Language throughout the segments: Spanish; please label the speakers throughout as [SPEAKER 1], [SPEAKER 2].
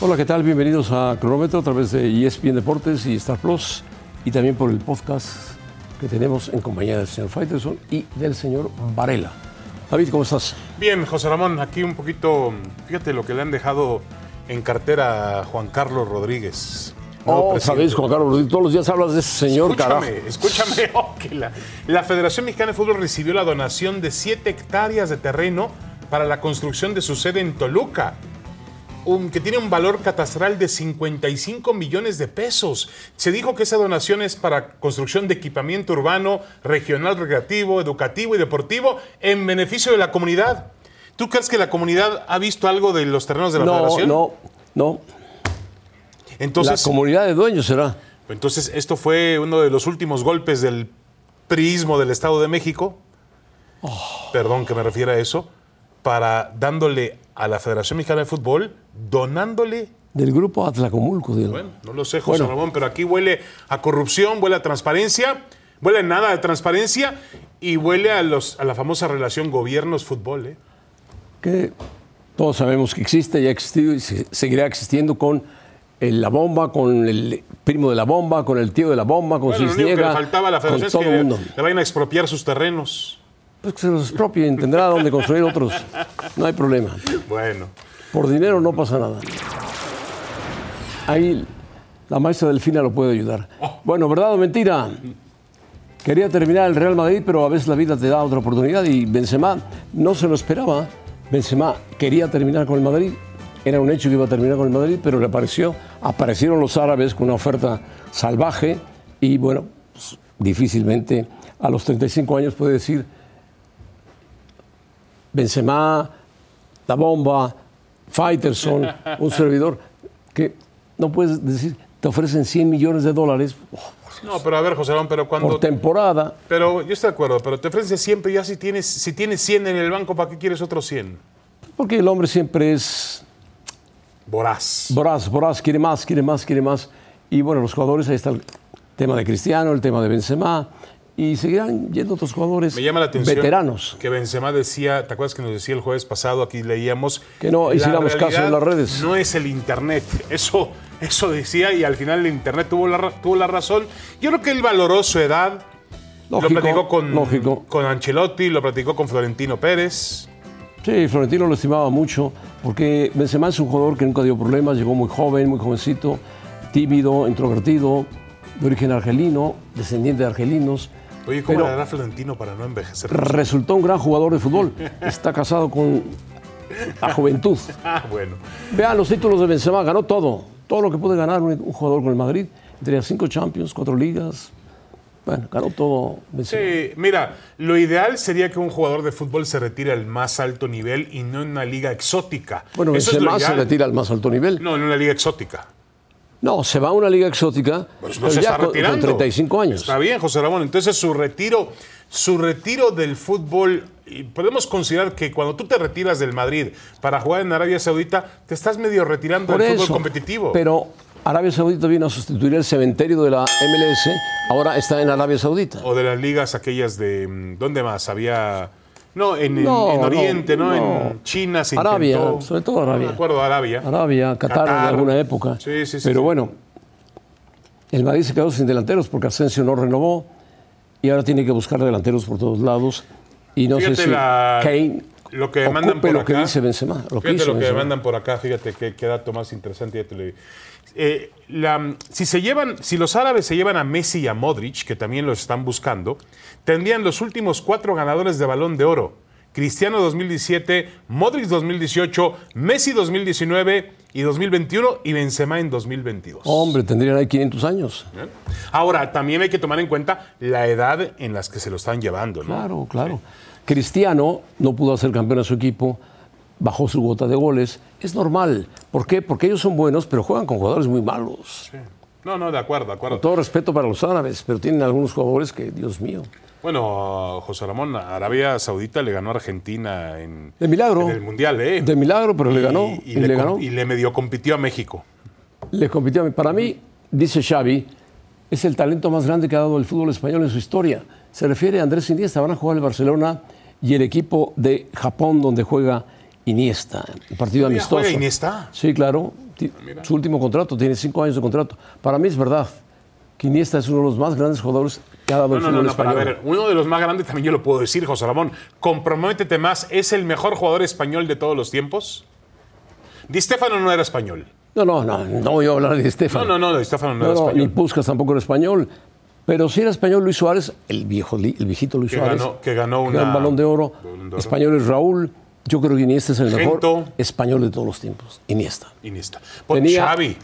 [SPEAKER 1] Hola, ¿qué tal? Bienvenidos a Cronómetro a través de E ESPN Deportes y Star Plus y también por el podcast que tenemos en compañía del señor Faitelson y del señor Varela. David, ¿cómo estás?
[SPEAKER 2] Bien, José Ramón, aquí un poquito, fíjate lo que le han dejado en cartera a Juan Carlos Rodríguez. nuevo
[SPEAKER 1] Oh,
[SPEAKER 2] presidente.
[SPEAKER 1] sabéis, Juan Carlos, Rodríguez, todos los días hablas de ese señor,
[SPEAKER 2] escúchame,
[SPEAKER 1] carajo.
[SPEAKER 2] escúchame, oh, que la, la Federación Mexicana de Fútbol recibió la donación de 7 hectáreas de terreno para la construcción de su sede en Toluca, un- que tiene un valor catastral de 55 millones de pesos. Se dijo que esa donación es para construcción de equipamiento urbano, regional, recreativo, educativo y deportivo en beneficio de la comunidad. ¿Tú crees que la comunidad ha visto algo de los terrenos de la
[SPEAKER 1] No,
[SPEAKER 2] Federación?
[SPEAKER 1] no, no.
[SPEAKER 2] Entonces,
[SPEAKER 1] la comunidad de dueños será.
[SPEAKER 2] Entonces, esto fue uno de los últimos golpes del priismo del Estado de México.
[SPEAKER 1] Oh.
[SPEAKER 2] Perdón que me refiera a eso. Para dándole a la Federación Mexicana de Fútbol, donándole.
[SPEAKER 1] Del grupo Atlacomulco, digo.
[SPEAKER 2] Bueno, no lo sé, José
[SPEAKER 1] Bueno.
[SPEAKER 2] Ramón, pero aquí huele a corrupción, huele a transparencia, huele a nada de transparencia y huele a, los, a la famosa relación gobiernos-fútbol. ¿eh?
[SPEAKER 1] que todos sabemos que existe, ya ha existido y se- seguirá existiendo con eh, la bomba, con el primo de la bomba, con el tío de la bomba, con
[SPEAKER 2] Bueno, lo único que le
[SPEAKER 1] Cisniega,
[SPEAKER 2] faltaba a la
[SPEAKER 1] Pues con
[SPEAKER 2] Federación es
[SPEAKER 1] todo
[SPEAKER 2] que
[SPEAKER 1] el mundo.
[SPEAKER 2] le vayan a expropiar sus terrenos.
[SPEAKER 1] Pues que se los expropie, y tendrá donde construir otros. No hay problema.
[SPEAKER 2] Bueno.
[SPEAKER 1] Por dinero no pasa nada. Ahí la maestra Delfina lo puede ayudar. Bueno, ¿verdad o mentira? Quería terminar el Real Madrid, pero a veces la vida te da otra oportunidad y Benzema no se lo esperaba. Benzema quería terminar con el Madrid, era un hecho que iba a terminar con el Madrid, pero le apareció, aparecieron los árabes con una oferta salvaje y bueno, pues, difícilmente a los 35 años puede decir Benzema, La Bomba, Fighterson, un servidor, que no puedes decir, te ofrecen 100 millones de dólares
[SPEAKER 2] No, pero a ver, José Ramón, pero cuando
[SPEAKER 1] por temporada.
[SPEAKER 2] Pero yo estoy de acuerdo, pero te ofrece siempre ya si tienes, si tienes 100 en el banco, ¿para qué quieres otros 100?
[SPEAKER 1] Porque el hombre siempre es
[SPEAKER 2] Voraz.
[SPEAKER 1] voraz, voraz, quiere más, quiere más, quiere más. Y bueno, los jugadores, ahí está el tema de Cristiano, el tema de Benzema, y seguirán yendo otros jugadores
[SPEAKER 2] Me llama la atención
[SPEAKER 1] veteranos.
[SPEAKER 2] que Benzema decía, ¿te acuerdas que nos decía el jueves pasado? Aquí leíamos
[SPEAKER 1] Que no
[SPEAKER 2] la
[SPEAKER 1] hiciéramos caso
[SPEAKER 2] realidad
[SPEAKER 1] en las redes.
[SPEAKER 2] No es el internet, eso, eso decía y al final el internet tuvo la, ra- tuvo la razón. Yo creo que él valoró su edad,
[SPEAKER 1] Lógico,
[SPEAKER 2] lo platicó con,
[SPEAKER 1] lógico.
[SPEAKER 2] con Ancelotti, lo platicó con Florentino Pérez.
[SPEAKER 1] Sí, Florentino lo estimaba mucho, porque Benzema es un jugador que nunca dio problemas, llegó muy joven, muy jovencito, tímido, introvertido, de origen argelino, descendiente de argelinos.
[SPEAKER 2] Oye, ¿cómo
[SPEAKER 1] Pero-
[SPEAKER 2] le hará Florentino para no envejecer?
[SPEAKER 1] Resultó un gran jugador de fútbol, está casado con la juventud.
[SPEAKER 2] Ah, bueno.
[SPEAKER 1] Vean los títulos de Benzema, ganó todo, todo lo que puede ganar un, un jugador con el Madrid, tenía cinco Champions, cuatro ligas, bueno, ganó todo Benzema.
[SPEAKER 2] Sí, mira, lo ideal sería que un jugador de fútbol se retire al más alto nivel y no en una liga exótica.
[SPEAKER 1] Bueno,
[SPEAKER 2] Eso es lo
[SPEAKER 1] Benzema se
[SPEAKER 2] ideal.
[SPEAKER 1] retira al más alto nivel.
[SPEAKER 2] No, en una liga exótica.
[SPEAKER 1] No, se va a una liga exótica,
[SPEAKER 2] Pues no
[SPEAKER 1] pero
[SPEAKER 2] se
[SPEAKER 1] ya
[SPEAKER 2] está
[SPEAKER 1] con, con
[SPEAKER 2] retirando.
[SPEAKER 1] 35 años.
[SPEAKER 2] Está bien, José Ramón. Entonces, su retiro, su retiro del fútbol, y podemos considerar que cuando tú te retiras del Madrid para jugar en Arabia Saudita, te estás medio retirando
[SPEAKER 1] Por
[SPEAKER 2] del
[SPEAKER 1] eso.
[SPEAKER 2] fútbol competitivo.
[SPEAKER 1] Pero Arabia Saudita vino a sustituir el cementerio de la MLS, ahora está en Arabia Saudita.
[SPEAKER 2] O de las ligas aquellas de. mm, ¿Dónde más? Había. No, en, en-
[SPEAKER 1] No,
[SPEAKER 2] en Oriente, ¿no?
[SPEAKER 1] no.
[SPEAKER 2] En China se
[SPEAKER 1] Arabia,
[SPEAKER 2] intentó.
[SPEAKER 1] sobre todo
[SPEAKER 2] No
[SPEAKER 1] Arabia.
[SPEAKER 2] me acuerdo, Arabia.
[SPEAKER 1] Arabia, Qatar, en
[SPEAKER 2] Qatar.
[SPEAKER 1] alguna época.
[SPEAKER 2] Sí, sí, sí,
[SPEAKER 1] Pero
[SPEAKER 2] sí.
[SPEAKER 1] bueno, el Madrid se quedó sin delanteros porque Asensio no renovó y ahora tiene que buscar delanteros por todos lados. Y no sé
[SPEAKER 2] Fíjate
[SPEAKER 1] si
[SPEAKER 2] la-
[SPEAKER 1] Kane
[SPEAKER 2] lo que mandan
[SPEAKER 1] ocupe
[SPEAKER 2] por
[SPEAKER 1] lo que
[SPEAKER 2] acá.
[SPEAKER 1] dice Benzema. Lo que
[SPEAKER 2] fíjate
[SPEAKER 1] hizo
[SPEAKER 2] lo que
[SPEAKER 1] Benzema.
[SPEAKER 2] mandan por acá, fíjate qué, qué dato más interesante. ya te lo digo. Eh, la- si, se llevan, si los árabes se llevan a Messi y a Modric, que también los están buscando, tendrían los últimos cuatro ganadores de balón de oro. Cristiano 2017, Modric 2018, Messi 2019 y 2021 y Benzema en 2022.
[SPEAKER 1] Hombre, tendrían ahí 500 años.
[SPEAKER 2] ¿Eh? Ahora, también hay que tomar en cuenta la edad en las que se lo están llevando. ¿no?
[SPEAKER 1] Claro, claro. Cristiano no pudo hacer campeón a su equipo, bajó su gota de goles. Es normal. ¿Por qué? Porque ellos son buenos, pero juegan con jugadores muy malos.
[SPEAKER 2] Sí. No, no, de acuerdo, de acuerdo.
[SPEAKER 1] Con todo respeto para los árabes, pero tienen algunos jugadores que, Dios mío.
[SPEAKER 2] Bueno, José Ramón, Arabia Saudita le ganó a Argentina en,
[SPEAKER 1] De milagro.
[SPEAKER 2] en el Mundial, ¿eh?
[SPEAKER 1] De milagro, pero le ganó. Y,
[SPEAKER 2] Y,
[SPEAKER 1] le,
[SPEAKER 2] le, com-
[SPEAKER 1] ganó.
[SPEAKER 2] y le medio compitió a México.
[SPEAKER 1] Le compitió a mí. Para mí, dice Xavi, es el talento más grande que ha dado el fútbol español en su historia. Se refiere a Andrés Iniesta. Van a jugar el Barcelona y el equipo de Japón donde juega Iniesta. Un partido
[SPEAKER 2] Mira,
[SPEAKER 1] amistoso.
[SPEAKER 2] juega Iniesta. Ah,
[SPEAKER 1] Sí, claro. Ti- Su último contrato, tiene cinco años de contrato. Para mí es verdad que Iniesta es uno de los más grandes jugadores que ha dado
[SPEAKER 2] No,
[SPEAKER 1] el
[SPEAKER 2] no,
[SPEAKER 1] fútbol
[SPEAKER 2] no, no, pero a
[SPEAKER 1] español.
[SPEAKER 2] ver, uno de los más grandes también yo lo puedo decir, José Ramón. Comprométete más, ¿es el mejor jugador español de todos los tiempos? Di Stefano no era español.
[SPEAKER 1] No, no, no, no voy a hablar de
[SPEAKER 2] No,
[SPEAKER 1] Estefan.
[SPEAKER 2] no, no, Di Stefano
[SPEAKER 1] No,
[SPEAKER 2] no, era
[SPEAKER 1] no, ni
[SPEAKER 2] español.
[SPEAKER 1] Puskas tampoco era español. Pero sí era español Luis Suárez, el viejo, li- el viejito Luis
[SPEAKER 2] Que
[SPEAKER 1] Suárez.
[SPEAKER 2] ganó- que ganó
[SPEAKER 1] un
[SPEAKER 2] una-
[SPEAKER 1] balón de oro.
[SPEAKER 2] Balón de Oro.
[SPEAKER 1] Español es Raúl. Yo creo que Iniesta es el mejor
[SPEAKER 2] Gento.
[SPEAKER 1] español de todos los tiempos. Iniesta.
[SPEAKER 2] Iniesta. Por
[SPEAKER 1] Tenía-
[SPEAKER 2] Xavi.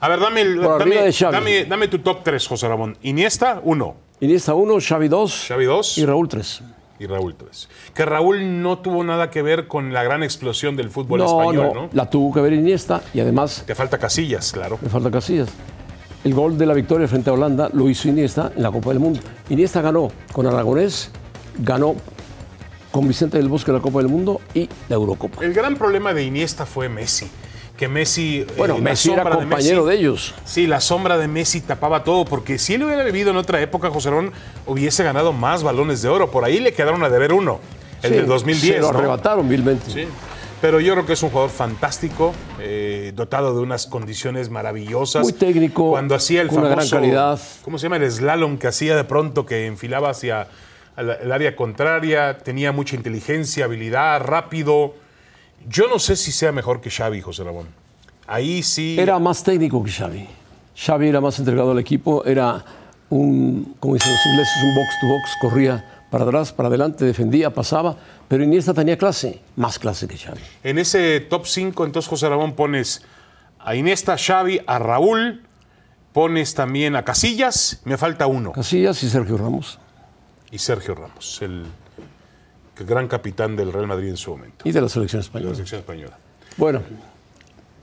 [SPEAKER 2] A ver, dame, el-
[SPEAKER 1] Por arriba
[SPEAKER 2] dame-
[SPEAKER 1] de Xavi.
[SPEAKER 2] dame- dame tu top 3, José Ramón. Iniesta, 1.
[SPEAKER 1] Iniesta 1, Xavi 2
[SPEAKER 2] Xavi, 2.
[SPEAKER 1] y Raúl 3.
[SPEAKER 2] Y Raúl 3. Que Raúl no tuvo nada que ver con la gran explosión del fútbol español, ¿no?
[SPEAKER 1] la tuvo que ver Iniesta y además
[SPEAKER 2] Te falta Casillas, claro.
[SPEAKER 1] le falta Casillas. El gol de la victoria frente a Holanda lo hizo Iniesta en la Copa del Mundo. Iniesta ganó con Aragonés, ganó con Vicente del Bosque la Copa del Mundo y la Eurocopa.
[SPEAKER 2] El gran problema de Iniesta fue Messi. Que Messi. eh,
[SPEAKER 1] Bueno,
[SPEAKER 2] la
[SPEAKER 1] Messi era
[SPEAKER 2] sombra de
[SPEAKER 1] compañero
[SPEAKER 2] Messi-
[SPEAKER 1] de ellos.
[SPEAKER 2] Sí, la sombra de Messi tapaba todo, porque si él hubiera vivido en otra época, José Ramón hubiese ganado más balones de oro. Por ahí le quedaron a deber uno, el
[SPEAKER 1] Sí,
[SPEAKER 2] del 2010.
[SPEAKER 1] Se lo
[SPEAKER 2] ¿no?
[SPEAKER 1] arrebataron vilmente.
[SPEAKER 2] Sí. Pero yo creo que es un jugador fantástico, eh, dotado de unas condiciones maravillosas.
[SPEAKER 1] Muy técnico,
[SPEAKER 2] Cuando hacía el
[SPEAKER 1] con una gran
[SPEAKER 2] famoso-
[SPEAKER 1] calidad.
[SPEAKER 2] ¿Cómo se llama? El slalom que hacía de pronto, que enfilaba hacia al- el área contraria. Tenía mucha inteligencia, habilidad, rápido. Yo no sé si sea mejor que Xavi, José Ramón. Ahí sí.
[SPEAKER 1] Era más técnico que Xavi. Xavi era más entregado al equipo, era un, como dicen los ingleses, un box to box, corría para atrás, para adelante, defendía, pasaba, pero Iniesta tenía clase, más clase que Xavi.
[SPEAKER 2] En ese top 5, entonces, José Ramón, pones a Iniesta, a Xavi, a Raúl. Pones también a Casillas. Me falta uno.
[SPEAKER 1] Casillas y Sergio Ramos.
[SPEAKER 2] y Sergio Ramos, el gran capitán del Real Madrid en su momento,
[SPEAKER 1] Y de la selección
[SPEAKER 2] de la
[SPEAKER 1] española.
[SPEAKER 2] sección española.
[SPEAKER 1] Bueno,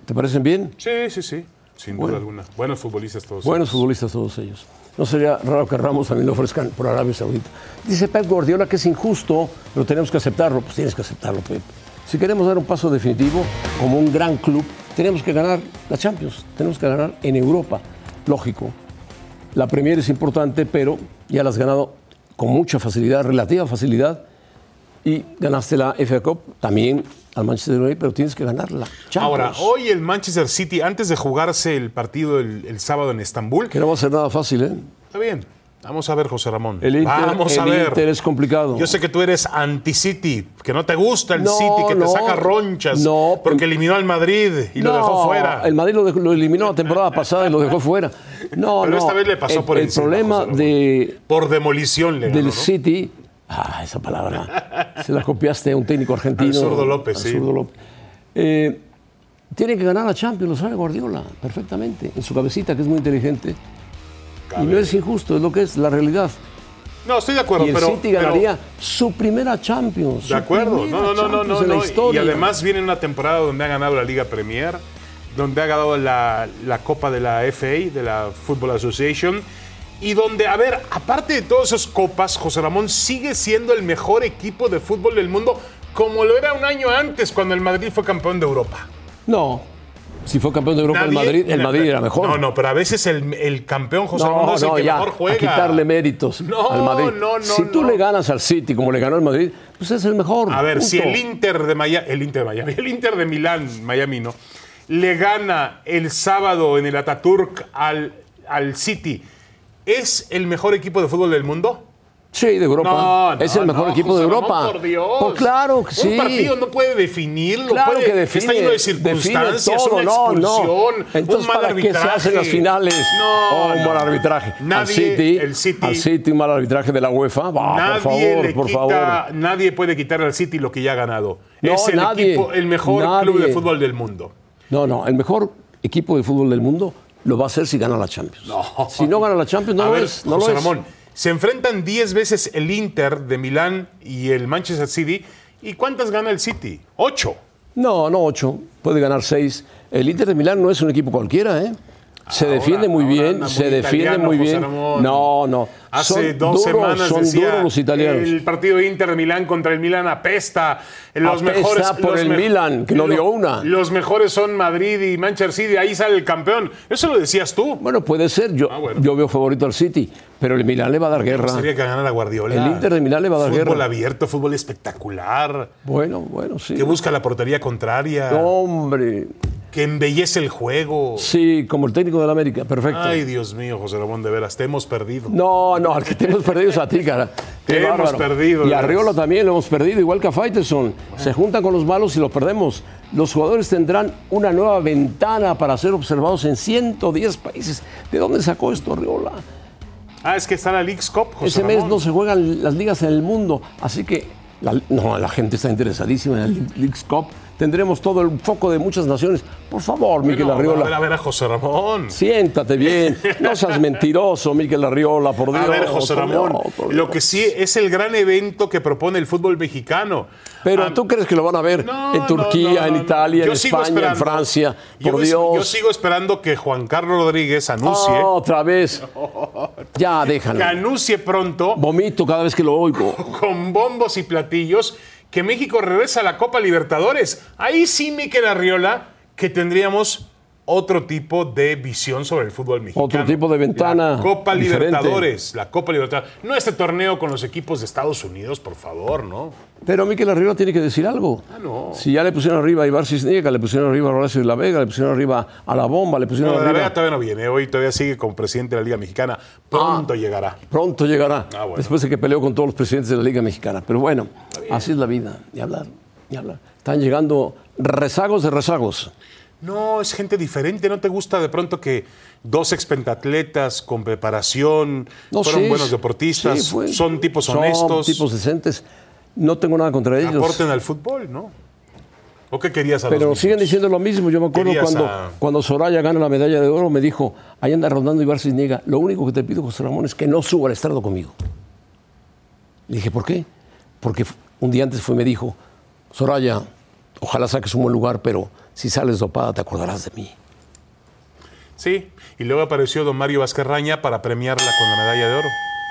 [SPEAKER 1] ¿te parecen bien?
[SPEAKER 2] Sí, sí, sí, sin duda alguna. Buenos futbolistas todos.
[SPEAKER 1] Buenos futbolistas todos ellos. No sería raro que Ramos también lo ofrezcan por Arabia Saudita. Dice Pep Guardiola que es injusto, pero tenemos que aceptarlo. Pues tienes que aceptarlo, Pep. Si queremos dar un paso definitivo como un gran club, tenemos que ganar la Champions, tenemos que ganar en Europa. Lógico, la Premier es importante, pero ya la has ganado con mucha facilidad, relativa facilidad, y ganaste la FA Cup también al Manchester United, pero tienes que ganar la Champions.
[SPEAKER 2] Ahora, hoy el Manchester City, antes de jugarse el partido el, el sábado en Estambul,
[SPEAKER 1] Que no va a ser nada fácil, ¿eh?
[SPEAKER 2] está bien. Vamos a ver, José Ramón.
[SPEAKER 1] El Inter,
[SPEAKER 2] Vamos a
[SPEAKER 1] el
[SPEAKER 2] ver.
[SPEAKER 1] Inter es complicado.
[SPEAKER 2] Yo sé que tú eres anti-City, que no te gusta el
[SPEAKER 1] No,
[SPEAKER 2] City, que
[SPEAKER 1] no.
[SPEAKER 2] te saca ronchas,
[SPEAKER 1] No, em-
[SPEAKER 2] porque eliminó al Madrid y lo
[SPEAKER 1] No,
[SPEAKER 2] dejó fuera.
[SPEAKER 1] El Madrid lo, dejó- lo eliminó la temporada pasada y lo dejó fuera. No,
[SPEAKER 2] Pero
[SPEAKER 1] no.
[SPEAKER 2] esta vez le pasó
[SPEAKER 1] el,
[SPEAKER 2] por
[SPEAKER 1] el
[SPEAKER 2] encima,
[SPEAKER 1] problema
[SPEAKER 2] José Ramón.
[SPEAKER 1] de,
[SPEAKER 2] Por demolición le
[SPEAKER 1] del
[SPEAKER 2] ganó, ¿no?
[SPEAKER 1] City. Ah, esa palabra. se la copiaste a un técnico argentino.
[SPEAKER 2] Al zurdo López,
[SPEAKER 1] al
[SPEAKER 2] sí.
[SPEAKER 1] zurdo López. Eh, tiene que ganar la Champions, lo sabe Guardiola perfectamente, en su cabecita, que es muy inteligente. Y no es injusto, es lo que es la realidad.
[SPEAKER 2] No, estoy de acuerdo,
[SPEAKER 1] y el
[SPEAKER 2] pero-
[SPEAKER 1] City
[SPEAKER 2] pero-
[SPEAKER 1] ganaría su primera Champions.
[SPEAKER 2] De acuerdo.
[SPEAKER 1] su
[SPEAKER 2] No, no,
[SPEAKER 1] primera
[SPEAKER 2] no, no,
[SPEAKER 1] Champions
[SPEAKER 2] no,
[SPEAKER 1] en la
[SPEAKER 2] no. Y
[SPEAKER 1] historia.
[SPEAKER 2] además viene una temporada donde ha ganado la Liga Premier, donde ha ganado la, la Copa de la FA, de la Football Association, y donde, a ver, aparte de todas esas copas, José Ramón sigue siendo el mejor equipo de fútbol del mundo, como lo era un año antes cuando el Madrid fue campeón de Europa.
[SPEAKER 1] No. Si fue campeón de Europa el
[SPEAKER 2] Nadie-
[SPEAKER 1] Madrid, el Madrid era mejor.
[SPEAKER 2] No, no, pero a veces el, el campeón José Ramón es el que mejor juega.
[SPEAKER 1] A quitarle méritos
[SPEAKER 2] No,
[SPEAKER 1] al Madrid.
[SPEAKER 2] no, no,
[SPEAKER 1] si tú
[SPEAKER 2] no.
[SPEAKER 1] le ganas al City como le ganó al Madrid, pues es el mejor.
[SPEAKER 2] A ver,
[SPEAKER 1] punto.
[SPEAKER 2] si el Inter de Miami, el Inter de Miami, el Inter de Milán, Miami, ¿no? Le gana el sábado en el Ataturk al, al City, ¿es el mejor equipo de fútbol del mundo?
[SPEAKER 1] Sí, de Europa.
[SPEAKER 2] No, no,
[SPEAKER 1] es el mejor
[SPEAKER 2] no,
[SPEAKER 1] equipo
[SPEAKER 2] José
[SPEAKER 1] de
[SPEAKER 2] Ramón,
[SPEAKER 1] Europa.
[SPEAKER 2] por Dios.
[SPEAKER 1] Pues claro que sí.
[SPEAKER 2] Un partido no puede definirlo.
[SPEAKER 1] Claro
[SPEAKER 2] puede-
[SPEAKER 1] que define,
[SPEAKER 2] Está lleno de
[SPEAKER 1] define
[SPEAKER 2] circunstancias,
[SPEAKER 1] todo,
[SPEAKER 2] una
[SPEAKER 1] no, no.
[SPEAKER 2] expulsión,
[SPEAKER 1] Entonces,
[SPEAKER 2] un mal
[SPEAKER 1] ¿para qué
[SPEAKER 2] arbitraje.
[SPEAKER 1] se hacen las finales?
[SPEAKER 2] No,
[SPEAKER 1] Oh, un
[SPEAKER 2] no.
[SPEAKER 1] mal arbitraje. al
[SPEAKER 2] Nadie,
[SPEAKER 1] City,
[SPEAKER 2] el City-
[SPEAKER 1] al City, un mal arbitraje de la UEFA. Va,
[SPEAKER 2] Nadie
[SPEAKER 1] Ah, por favor,
[SPEAKER 2] le
[SPEAKER 1] por
[SPEAKER 2] quita-
[SPEAKER 1] favor.
[SPEAKER 2] Nadie puede quitar al City lo que ya ha ganado.
[SPEAKER 1] No,
[SPEAKER 2] es el
[SPEAKER 1] nadie,
[SPEAKER 2] equipo, el mejor club de
[SPEAKER 1] nadie.
[SPEAKER 2] fútbol del mundo.
[SPEAKER 1] No, no, el mejor equipo de fútbol del mundo lo va a hacer si gana la Champions. Si no gana la Champions, no
[SPEAKER 2] A
[SPEAKER 1] lo
[SPEAKER 2] ver,
[SPEAKER 1] es. No
[SPEAKER 2] José
[SPEAKER 1] lo es.
[SPEAKER 2] Ramón, se enfrentan 10 veces el Inter de Milán y el Manchester City. ¿Y cuántas gana el City? Ocho.
[SPEAKER 1] No, no ocho. Puede ganar seis. El Inter de Milán no es un equipo cualquiera, ¿eh? Se
[SPEAKER 2] Ahora-
[SPEAKER 1] defiende muy
[SPEAKER 2] ahora
[SPEAKER 1] bien,
[SPEAKER 2] anda muy
[SPEAKER 1] se defiende
[SPEAKER 2] italiano,
[SPEAKER 1] muy
[SPEAKER 2] José
[SPEAKER 1] bien.
[SPEAKER 2] Ramón.
[SPEAKER 1] No, no.
[SPEAKER 2] Hace
[SPEAKER 1] son
[SPEAKER 2] dos
[SPEAKER 1] duros,
[SPEAKER 2] semanas
[SPEAKER 1] son
[SPEAKER 2] decía,
[SPEAKER 1] duros los italianos.
[SPEAKER 2] el partido Inter de Milán contra el Milan apesta. Los
[SPEAKER 1] Apesta
[SPEAKER 2] mejores
[SPEAKER 1] por
[SPEAKER 2] los
[SPEAKER 1] el
[SPEAKER 2] me-
[SPEAKER 1] Milan, que no dio una.
[SPEAKER 2] Los mejores son Madrid y Manchester City, ahí sale el campeón. Eso lo decías tú.
[SPEAKER 1] Bueno, puede ser. Yo,
[SPEAKER 2] Ah, bueno.
[SPEAKER 1] yo veo favorito al City, pero el Milán le va a dar guerra.
[SPEAKER 2] Sería que ganara Guardiola.
[SPEAKER 1] Ah. El Inter de Milán le va a dar
[SPEAKER 2] fútbol
[SPEAKER 1] guerra.
[SPEAKER 2] abierto, fútbol espectacular,
[SPEAKER 1] Bueno, bueno, sí.
[SPEAKER 2] que busca la portería contraria.
[SPEAKER 1] Hombre,
[SPEAKER 2] que embellece el juego.
[SPEAKER 1] Sí, como el técnico del América, perfecto.
[SPEAKER 2] Ay, Dios mío, José Ramón, de veras, te hemos perdido.
[SPEAKER 1] No, no, al que te hemos perdido es a ti, cara. Qué
[SPEAKER 2] Te hemos
[SPEAKER 1] bárbaro.
[SPEAKER 2] perdido,
[SPEAKER 1] Y a
[SPEAKER 2] Luis.
[SPEAKER 1] Riola también lo hemos perdido, igual que a Faitelson. Se juntan con los malos y los perdemos. Los jugadores tendrán una nueva ventana para ser observados en 110 países. ¿De dónde sacó esto Riola?
[SPEAKER 2] Ah, es que está la Leagues Cup, José
[SPEAKER 1] Ese mes
[SPEAKER 2] Pues Ramón.
[SPEAKER 1] no se juegan las ligas en el mundo, así que la- no, la gente está interesadísima en el Leagues Cup. Tendremos todo el foco de muchas naciones. Por favor, Miquel
[SPEAKER 2] No,
[SPEAKER 1] Arriola.
[SPEAKER 2] A ver, a ver a José Ramón.
[SPEAKER 1] Siéntate bien, no seas mentiroso, Miquel Arriola, por Dios.
[SPEAKER 2] A ver, José
[SPEAKER 1] por
[SPEAKER 2] Ramón,
[SPEAKER 1] Dios, por
[SPEAKER 2] lo
[SPEAKER 1] Dios.
[SPEAKER 2] que sí es el gran evento que propone el fútbol mexicano.
[SPEAKER 1] Pero
[SPEAKER 2] Ah,
[SPEAKER 1] tú crees que lo van a ver
[SPEAKER 2] no,
[SPEAKER 1] en
[SPEAKER 2] no,
[SPEAKER 1] Turquía,
[SPEAKER 2] no, no,
[SPEAKER 1] en
[SPEAKER 2] no.
[SPEAKER 1] Italia,
[SPEAKER 2] Yo
[SPEAKER 1] en
[SPEAKER 2] sigo
[SPEAKER 1] España, en
[SPEAKER 2] esperando.
[SPEAKER 1] Francia,
[SPEAKER 2] Yo
[SPEAKER 1] por
[SPEAKER 2] es- Yo ¿eh?
[SPEAKER 1] Dios. Oh.
[SPEAKER 2] sigo esperando que Juan Carlos Rodríguez anuncie,
[SPEAKER 1] No, otra vez. Ya, déjalo.
[SPEAKER 2] que anuncie pronto,
[SPEAKER 1] Vomito cada vez que lo oigo.
[SPEAKER 2] con bombos y platillos, que México regresa a la Copa Libertadores. Ahí sí, Miquel Arriola, que tendríamos otro tipo de visión sobre el fútbol mexicano.
[SPEAKER 1] Otro tipo de ventana
[SPEAKER 2] La Copa
[SPEAKER 1] diferente.
[SPEAKER 2] Libertadores, la Copa Libertadores. No este torneo con los equipos de Estados Unidos, por favor, ¿no?
[SPEAKER 1] Pero Miquel Arriola tiene que decir algo.
[SPEAKER 2] Ah, no.
[SPEAKER 1] Si ya le pusieron arriba a Ibar Cisniega, le pusieron arriba a Horacio de la Vega, le pusieron arriba a La Bomba, le pusieron
[SPEAKER 2] No, la
[SPEAKER 1] arriba...
[SPEAKER 2] Vega todavía no viene, hoy todavía sigue como presidente de la Liga Mexicana. Pronto
[SPEAKER 1] Ah.
[SPEAKER 2] llegará.
[SPEAKER 1] Pronto llegará,
[SPEAKER 2] Ah, bueno.
[SPEAKER 1] después de que peleó con todos los presidentes de la Liga Mexicana. Pero bueno, así es la vida, ni hablar, ni hablar. Están llegando rezagos de rezagos.
[SPEAKER 2] No, es gente diferente. ¿No te gusta de pronto que dos expentatletas con preparación
[SPEAKER 1] No
[SPEAKER 2] fueron
[SPEAKER 1] sí,
[SPEAKER 2] buenos deportistas?
[SPEAKER 1] sí, fue-
[SPEAKER 2] son tipos
[SPEAKER 1] son
[SPEAKER 2] honestos.
[SPEAKER 1] tipos decentes. No tengo nada contra ellos.
[SPEAKER 2] aporten al fútbol, ¿no? ¿O qué querías a los
[SPEAKER 1] Pero
[SPEAKER 2] niños?
[SPEAKER 1] siguen diciendo lo mismo. Yo me acuerdo
[SPEAKER 2] Querías
[SPEAKER 1] cuando,
[SPEAKER 2] a-
[SPEAKER 1] cuando Soraya gana la medalla de oro, me dijo, ahí anda rondando Ibar Cisniega, lo único que te pido, José Ramón, es que no suba al estrado conmigo. Le dije, ¿por qué? Porque f- un día antes fue y me dijo, Soraya, ojalá saques un buen lugar, pero si sales dopada te acordarás de mí.
[SPEAKER 2] Sí, y luego apareció don Mario Vázquez Raña para premiarla con la medalla de oro.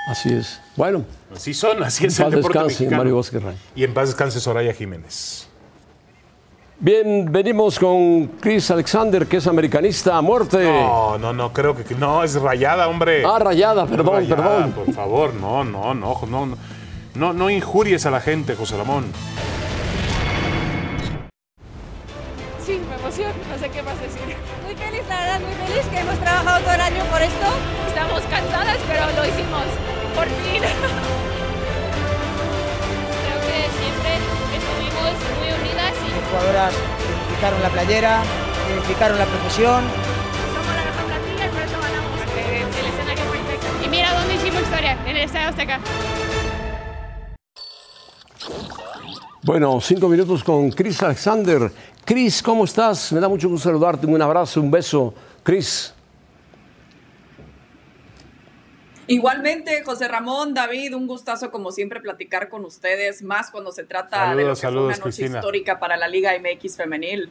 [SPEAKER 1] Así es. Bueno,
[SPEAKER 2] Así son, así
[SPEAKER 1] en
[SPEAKER 2] es el
[SPEAKER 1] paz
[SPEAKER 2] deporte
[SPEAKER 1] descanse,
[SPEAKER 2] mexicano.
[SPEAKER 1] Mario Vázquez Raña.
[SPEAKER 2] Y en paz descanse Soraya Jiménez.
[SPEAKER 1] Bien, venimos con Chris Alexander, que es americanista a muerte.
[SPEAKER 2] No, no, no, creo que... No, es rayada, hombre.
[SPEAKER 1] Ah, rayada, perdón,
[SPEAKER 2] Rayada,
[SPEAKER 1] perdón.
[SPEAKER 2] Por favor, no, no, no, no, no. No, no injuries a la gente, José Ramón.
[SPEAKER 3] Sí, me emociona, no sé qué más decir. Muy feliz, la verdad, muy feliz que hemos trabajado todo el año por esto. Estamos cansadas, pero lo hicimos por fin. Creo que siempre estuvimos muy unidas y
[SPEAKER 4] Las jugadoras unificaron la playera, unificaron la profesión.
[SPEAKER 3] somos la mejor plantilla y por eso ganamos. eh, El escenario perfecto. Y mira dónde hicimos historia, en el Estadio Azteca.
[SPEAKER 1] Bueno, cinco minutos con Chris Alexander. Chris, ¿cómo estás? Me da mucho gusto saludarte. Un abrazo, un beso. Chris.
[SPEAKER 5] Igualmente, José Ramón, David, un gustazo como siempre platicar con ustedes, más cuando se trata de
[SPEAKER 2] Saludos,
[SPEAKER 5] lo que fue
[SPEAKER 2] saludos,
[SPEAKER 5] una noche
[SPEAKER 2] Cristina.
[SPEAKER 5] histórica para la Liga MX femenil.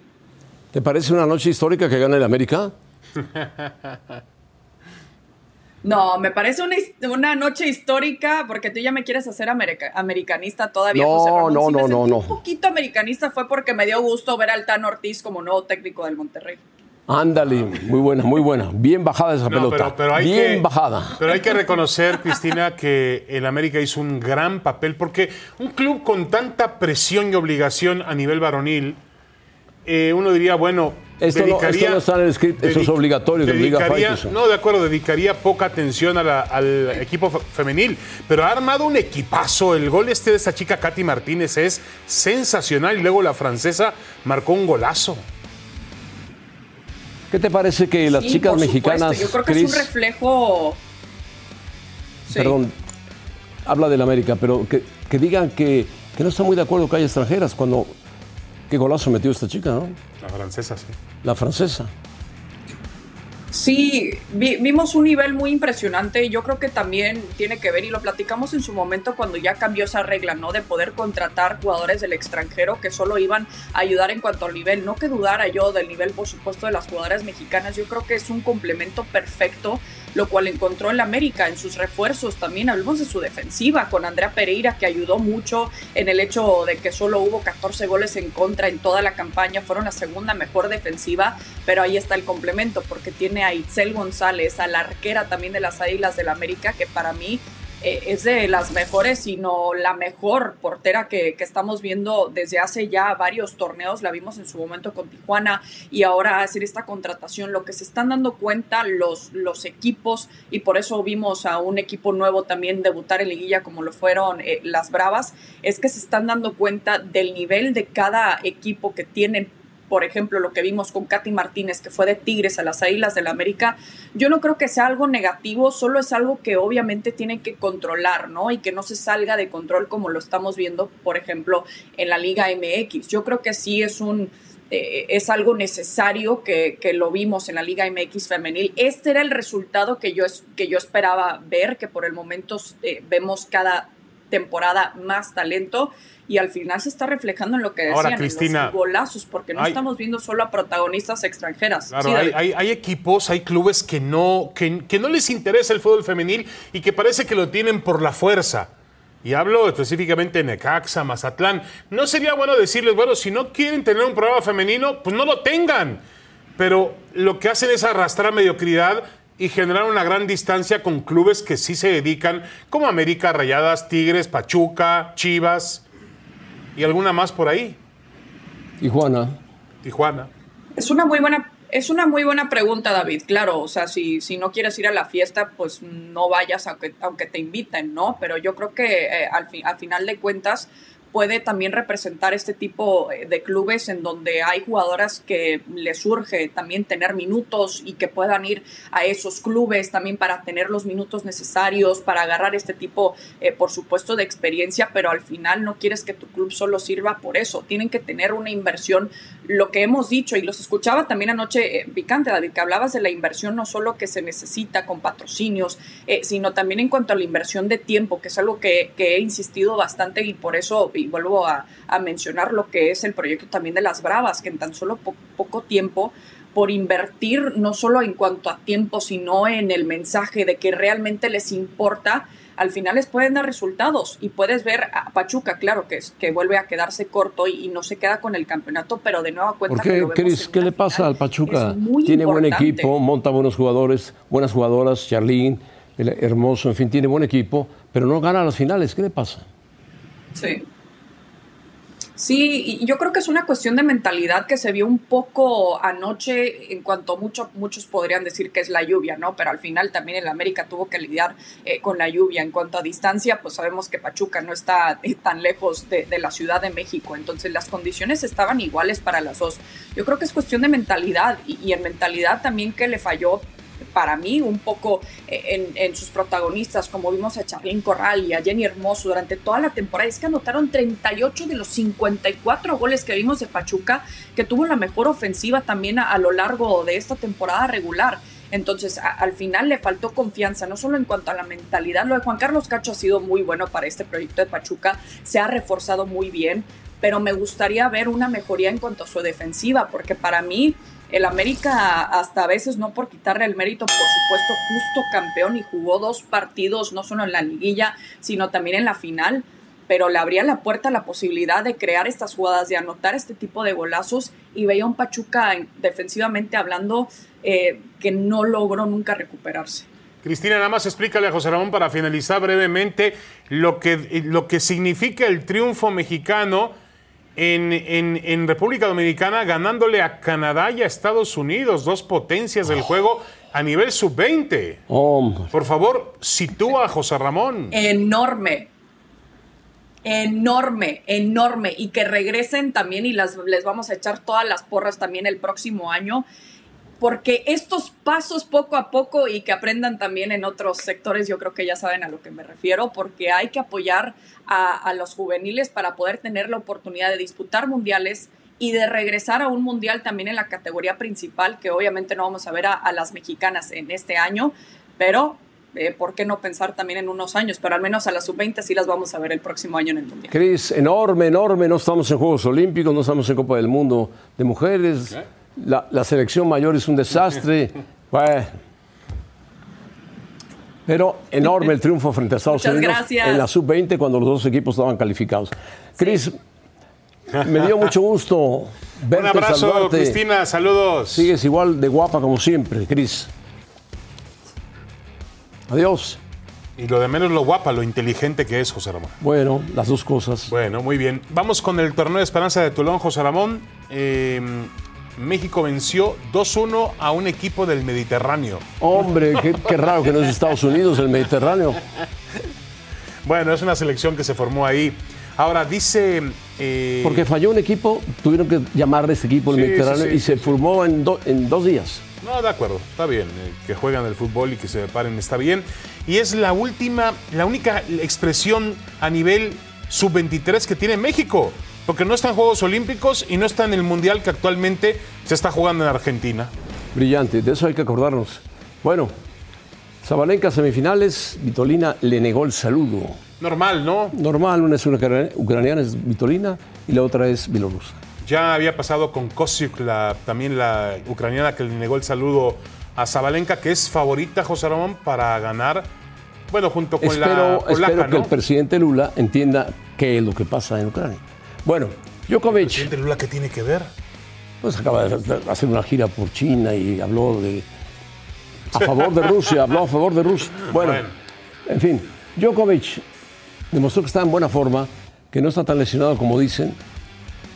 [SPEAKER 1] ¿Te parece una noche histórica que gana el América?
[SPEAKER 5] No, me parece una, his- una noche histórica porque tú ya me quieres hacer america- americanista todavía.
[SPEAKER 1] No,
[SPEAKER 5] José Ramón.
[SPEAKER 1] no,
[SPEAKER 5] Si me
[SPEAKER 1] no, no,
[SPEAKER 5] sentí
[SPEAKER 1] no.
[SPEAKER 5] Un poquito americanista fue porque me dio gusto ver al Tan Ortiz como nuevo técnico del Monterrey.
[SPEAKER 1] Ándale, muy buena, muy buena. Bien bajada esa
[SPEAKER 2] No,
[SPEAKER 1] pelota. Bien bajada.
[SPEAKER 2] Pero hay que reconocer, Cristina, que el América hizo un gran papel porque un club con tanta presión y obligación a nivel varonil, eh, uno diría, bueno,
[SPEAKER 1] Esto no- esto no está en el script, eso es
[SPEAKER 2] dedic-
[SPEAKER 1] obligatorio que lo diga
[SPEAKER 2] dedicaría-
[SPEAKER 1] Faitelson.
[SPEAKER 2] No, de acuerdo, dedicaría poca atención a la- al equipo fe- femenil, pero ha armado un equipazo. El gol este de esta chica, Katy Martínez, es sensacional y luego la francesa marcó un golazo.
[SPEAKER 1] ¿Qué te parece que las
[SPEAKER 5] Sí,
[SPEAKER 1] chicas
[SPEAKER 5] por supuesto,
[SPEAKER 1] mexicanas,
[SPEAKER 5] Yo creo que
[SPEAKER 1] Chris,
[SPEAKER 5] es un reflejo. Sí.
[SPEAKER 1] perdón, habla del América, pero que, que digan que, que no está muy de acuerdo que haya extranjeras cuando qué golazo metió esta chica, ¿no?
[SPEAKER 2] La francesa, sí.
[SPEAKER 1] La francesa.
[SPEAKER 5] Sí, vi- vimos un nivel muy impresionante y yo creo que también tiene que ver, y lo platicamos en su momento cuando ya cambió esa regla, ¿no? De poder contratar jugadores del extranjero que solo iban a ayudar en cuanto al nivel. No que dudara yo del nivel, por supuesto, de las jugadoras mexicanas. Yo creo que es un complemento perfecto, lo cual encontró en la América, en sus refuerzos también. Hablemos de su defensiva con Andrea Pereira, que ayudó mucho en el hecho de que solo hubo 14 goles en contra en toda la campaña. Fueron la segunda mejor defensiva pero ahí está el complemento porque tiene a Itzel González, a la arquera también de las Águilas del América, que para mí eh, es de las mejores, sino la mejor portera que, que estamos viendo desde hace ya varios torneos. La vimos en su momento con Tijuana y ahora hacer esta contratación. Lo que se están dando cuenta los, los equipos, y por eso vimos a un equipo nuevo también debutar en liguilla como lo fueron eh, las Bravas, es que se están dando cuenta del nivel de cada equipo que tienen por ejemplo, lo que vimos con Katy Martínez, que fue de Tigres a las Águilas del la América, yo no creo que sea algo negativo, solo es algo que obviamente tienen que controlar, ¿no? Y que no se salga de control como lo estamos viendo, por ejemplo, en la Liga MX. Yo creo que sí es un... Eh, es algo necesario que, que, lo vimos en la Liga MX femenil. Este era el resultado que yo, que yo esperaba ver, que por el momento eh, vemos cada temporada más talento y al final se está reflejando en lo que decían
[SPEAKER 2] Ahora, Cristina,
[SPEAKER 5] en los golazos, porque no
[SPEAKER 2] hay,
[SPEAKER 5] estamos viendo solo a protagonistas extranjeras.
[SPEAKER 2] Claro,
[SPEAKER 5] Sí,
[SPEAKER 2] hay,
[SPEAKER 5] David.
[SPEAKER 2] hay- hay equipos, hay clubes que no, que, que no les interesa el fútbol femenil y que parece que lo tienen por la fuerza. Y hablo específicamente de Necaxa, Mazatlán. No sería bueno decirles, bueno, si no quieren tener un programa femenino, pues no lo tengan. Pero lo que hacen es arrastrar mediocridad y generar una gran distancia con clubes que sí se dedican, como América, Rayadas, Tigres, Pachuca, Chivas y alguna más por ahí,
[SPEAKER 1] Y Juana,
[SPEAKER 5] Pues
[SPEAKER 2] Tijuana.
[SPEAKER 5] Es una muy buena es una muy buena pregunta, David. Claro, o sea, si, si no quieres ir a la fiesta, pues no vayas aunque, aunque te inviten, ¿no? Pero yo creo que eh, al, fi- al final de cuentas puede también representar este tipo eh, de clubes en donde hay jugadoras que les surge también tener minutos y que puedan ir a esos clubes también para tener los minutos necesarios, para agarrar este tipo, eh, por supuesto, de experiencia, pero al final no quieres que tu club solo sirva por eso. Tienen que tener una inversión, lo que hemos dicho, y los escuchaba también anoche, eh, Picante, David, que hablabas de la inversión no solo que se necesita con patrocinios, eh, sino también en cuanto a la inversión de tiempo, que es algo que, que he insistido bastante y por eso y vuelvo a, a mencionar lo que es el proyecto también de las Bravas, que en tan solo po- poco tiempo por invertir no solo en cuanto a tiempo, sino en el mensaje de que realmente les importa, al final les pueden dar resultados y puedes ver a Pachuca, claro, que, es, que vuelve a quedarse corto y, y no se queda con el campeonato, pero de nueva cuenta...
[SPEAKER 1] ¿por
[SPEAKER 5] que
[SPEAKER 1] qué,
[SPEAKER 5] lo vemos
[SPEAKER 1] Cris?
[SPEAKER 5] en
[SPEAKER 1] ¿Qué
[SPEAKER 5] una
[SPEAKER 1] le pasa
[SPEAKER 5] final
[SPEAKER 1] al Pachuca?
[SPEAKER 5] es muy
[SPEAKER 1] Tiene buen
[SPEAKER 5] importante.
[SPEAKER 1] equipo, monta buenos jugadores, buenas jugadoras, Charlín, el hermoso, en fin, tiene buen equipo, pero no gana las finales. ¿Qué le pasa?
[SPEAKER 5] Sí. Sí, y yo creo que es una cuestión de mentalidad que se vio un poco anoche en cuanto mucho, muchos podrían decir que es la lluvia, ¿no? Pero al final también el América tuvo que lidiar eh, con la lluvia. En cuanto a distancia, pues sabemos que Pachuca no está eh, tan lejos de, de la Ciudad de México, entonces las condiciones estaban iguales para las dos. Yo creo que es cuestión de mentalidad y, y en mentalidad también que le falló para mí un poco eh, en, en sus protagonistas, como vimos a Charlyn Corral y a Jenny Hermoso durante toda la temporada, es que anotaron 38 de los 54 goles que vimos de Pachuca, que tuvo la mejor ofensiva también a, a lo largo de esta temporada regular. Entonces, a- al final le faltó confianza, no solo en cuanto a la mentalidad, lo de Juan Carlos Cacho ha sido muy bueno para este proyecto de Pachuca, se ha reforzado muy bien, pero me gustaría ver una mejoría en cuanto a su defensiva, porque para mí el América hasta a veces no por quitarle el mérito, por supuesto, justo campeón y jugó dos partidos, no solo en la liguilla, sino también en la final, pero le abría la puerta a la posibilidad de crear estas jugadas, de anotar este tipo de golazos y veía un Pachuca en- defensivamente hablando eh, que no logró nunca recuperarse.
[SPEAKER 2] Cristina, nada más explícale a José Ramón para finalizar brevemente lo que, lo que significa el triunfo mexicano en, en- en República Dominicana ganándole a Canadá y a Estados Unidos, dos potencias del juego a nivel sub-20.
[SPEAKER 1] Hombre.
[SPEAKER 2] Por favor, sitúa a José Ramón.
[SPEAKER 5] Eh, enorme, enorme, enorme, y que regresen también y las, les vamos a echar todas las porras también el próximo año, porque estos pasos poco a poco y que aprendan también en otros sectores, yo creo que ya saben a lo que me refiero, porque hay que apoyar a, a los juveniles para poder tener la oportunidad de disputar mundiales y de regresar a un mundial también en la categoría principal, que obviamente no vamos a ver a, a las mexicanas en este año, pero eh, ¿por qué no pensar también en unos años? Pero al menos a las sub-20 sí las vamos a ver el próximo año en el mundial.
[SPEAKER 1] Cris, enorme, enorme. No estamos en Juegos Olímpicos, no estamos en Copa del Mundo de Mujeres. La, la selección mayor es un desastre. Bueno. Pero enorme el triunfo frente a Estados
[SPEAKER 5] Muchas
[SPEAKER 1] Unidos
[SPEAKER 5] gracias.
[SPEAKER 1] en la sub-20 cuando los dos equipos estaban calificados. Cris, me dio mucho gusto verte.
[SPEAKER 2] Un abrazo,
[SPEAKER 1] saludarte.
[SPEAKER 2] Cristina, saludos.
[SPEAKER 1] Sigues igual de guapa como siempre, Cris. Adiós.
[SPEAKER 2] Y lo de menos lo guapa, lo inteligente que es José Ramón.
[SPEAKER 1] Bueno, las dos cosas.
[SPEAKER 2] Bueno, muy bien. Vamos con el torneo de Esperanza de Tulón, José Ramón. Eh, México venció 2-1 a un equipo del Mediterráneo.
[SPEAKER 1] Hombre, qué, qué raro que no es Estados Unidos, el Mediterráneo.
[SPEAKER 2] Bueno, es una selección que se formó ahí. Ahora dice. eh,
[SPEAKER 1] Porque falló un equipo, tuvieron que llamar a ese equipo el
[SPEAKER 2] Sí, sí,
[SPEAKER 1] Mediterráneo
[SPEAKER 2] sí,
[SPEAKER 1] y
[SPEAKER 2] sí,
[SPEAKER 1] se formó en, do- en dos días.
[SPEAKER 2] No, de acuerdo, está bien. eh, que juegan el fútbol y que se paren está bien. Y es la última, la única expresión a nivel sub-23 que tiene México. Porque no están Juegos Olímpicos y no está en el Mundial que actualmente se está jugando en Argentina.
[SPEAKER 1] Brillante, de eso hay que acordarnos. Bueno, Zabalenka semifinales, Vitolina le negó el saludo.
[SPEAKER 2] Normal, ¿no?
[SPEAKER 1] Normal, una es una ucra- ucraniana, es Vitolina, y la otra es bielorrusa.
[SPEAKER 2] Ya había pasado con Kosiuk, la, también la ucraniana que le negó el saludo a Zabalenka, que es favorita, José Ramón, para ganar. Bueno, junto con la
[SPEAKER 1] espero
[SPEAKER 2] polaca,
[SPEAKER 1] espero que
[SPEAKER 2] ¿no?
[SPEAKER 1] el presidente Lula entienda qué es lo que pasa en Ucrania. Bueno, Djokovic,
[SPEAKER 2] presidente Lula, ¿qué tiene que ver?
[SPEAKER 1] pues acaba de de hacer una gira por China y habló de a favor de Rusia, habló a favor de Rusia. Bueno,
[SPEAKER 2] Bueno.
[SPEAKER 1] en fin, Djokovic demostró que está en buena forma, que no está tan lesionado como dicen,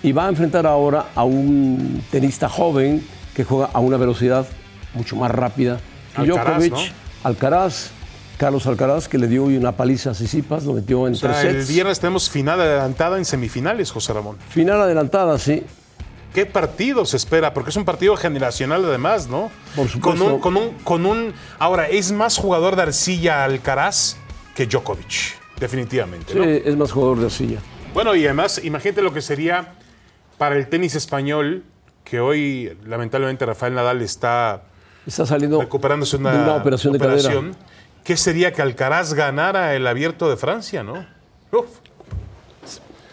[SPEAKER 1] y va a enfrentar ahora a un tenista joven que juega a una velocidad mucho más rápida. que
[SPEAKER 2] Alcaraz,
[SPEAKER 1] Djokovic,
[SPEAKER 2] ¿no?
[SPEAKER 1] Alcaraz, Carlos Alcaraz, que le dio hoy una paliza a Sisipas, lo metió en
[SPEAKER 2] O sea,
[SPEAKER 1] tres
[SPEAKER 2] el
[SPEAKER 1] sets.
[SPEAKER 2] viernes tenemos final adelantada en semifinales, José Ramón.
[SPEAKER 1] Final adelantada, sí.
[SPEAKER 2] ¿Qué partido se espera? Porque es un partido generacional además, ¿no?
[SPEAKER 1] Por supuesto.
[SPEAKER 2] Con un, con un, con un- ahora, es más jugador de arcilla Alcaraz que Djokovic, definitivamente,
[SPEAKER 1] Sí,
[SPEAKER 2] ¿no?
[SPEAKER 1] es más jugador de arcilla.
[SPEAKER 2] Bueno, y además, imagínate lo que sería para el tenis español, que hoy lamentablemente Rafael Nadal está
[SPEAKER 1] Está saliendo
[SPEAKER 2] recuperándose una,
[SPEAKER 1] de una operación de cadera.
[SPEAKER 2] ¿Qué sería que Alcaraz ganara el abierto de Francia, no? Uf.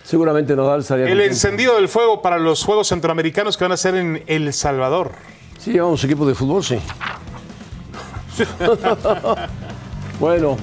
[SPEAKER 1] Seguramente Nadal estaría
[SPEAKER 2] El
[SPEAKER 1] contento.
[SPEAKER 2] encendido del fuego para los Juegos Centroamericanos que van a ser en El Salvador.
[SPEAKER 1] Sí, llevamos equipo de fútbol, sí. bueno,